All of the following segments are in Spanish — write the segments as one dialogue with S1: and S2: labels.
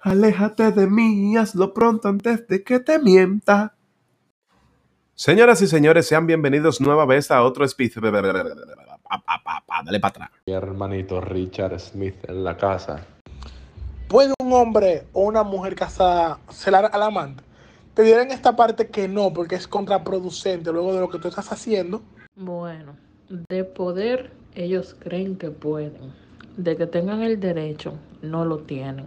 S1: Aléjate de mí, hazlo pronto antes de que te mienta.
S2: Señoras y señores, sean bienvenidos nueva vez a otro speech. Dale para atrás.
S3: Mi hermanito Richard Smith en la casa.
S4: ¿Puede un hombre o una mujer casada celar al amante? Te diré en esta parte que no, porque es contraproducente luego de lo que tú estás haciendo.
S5: Bueno, de poder ellos creen que pueden. De que tengan el derecho, no lo tienen.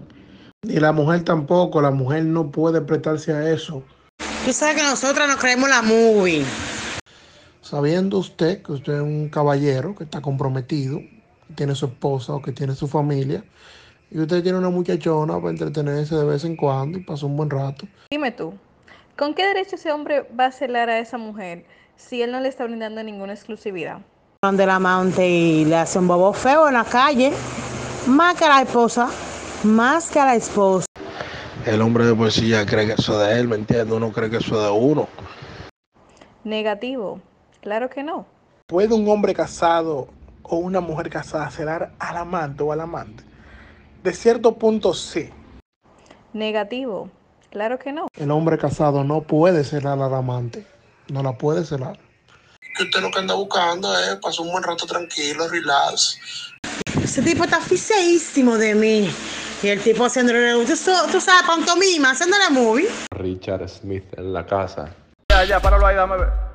S4: Ni la mujer tampoco, la mujer no puede prestarse a eso.
S6: Tú sabes que nosotras nos creemos la movie.
S4: Sabiendo usted que usted es un caballero que está comprometido, que tiene su esposa o que tiene su familia, y usted tiene una muchachona para entretenerse de vez en cuando y pasar un buen rato,
S7: Dime tú, ¿con qué derecho ese hombre va a celar a esa mujer si él no le está brindando ninguna exclusividad?
S6: Donde la amante y le hace un bobo feo en la calle. Más que a la esposa. Más que a la esposa.
S8: El hombre de poesía cree que eso es de él, ¿me entiendes? Uno cree que eso es de uno.
S7: Negativo, claro que no.
S4: ¿Puede un hombre casado o una mujer casada celar al amante o al amante? De cierto punto sí.
S7: Negativo, claro que no.
S4: El hombre casado no puede celar al amante. No la puede celar.
S9: que usted lo que anda buscando es pasar un buen rato tranquilo, relax.
S6: Ese tipo está fiseísimo de mí. Y el tipo haciéndole. Tú, so- tú sabes, pantomima, haciéndole movie.
S3: Richard Smith en la casa.
S2: Ya, ya, páralo ahí, dame ver.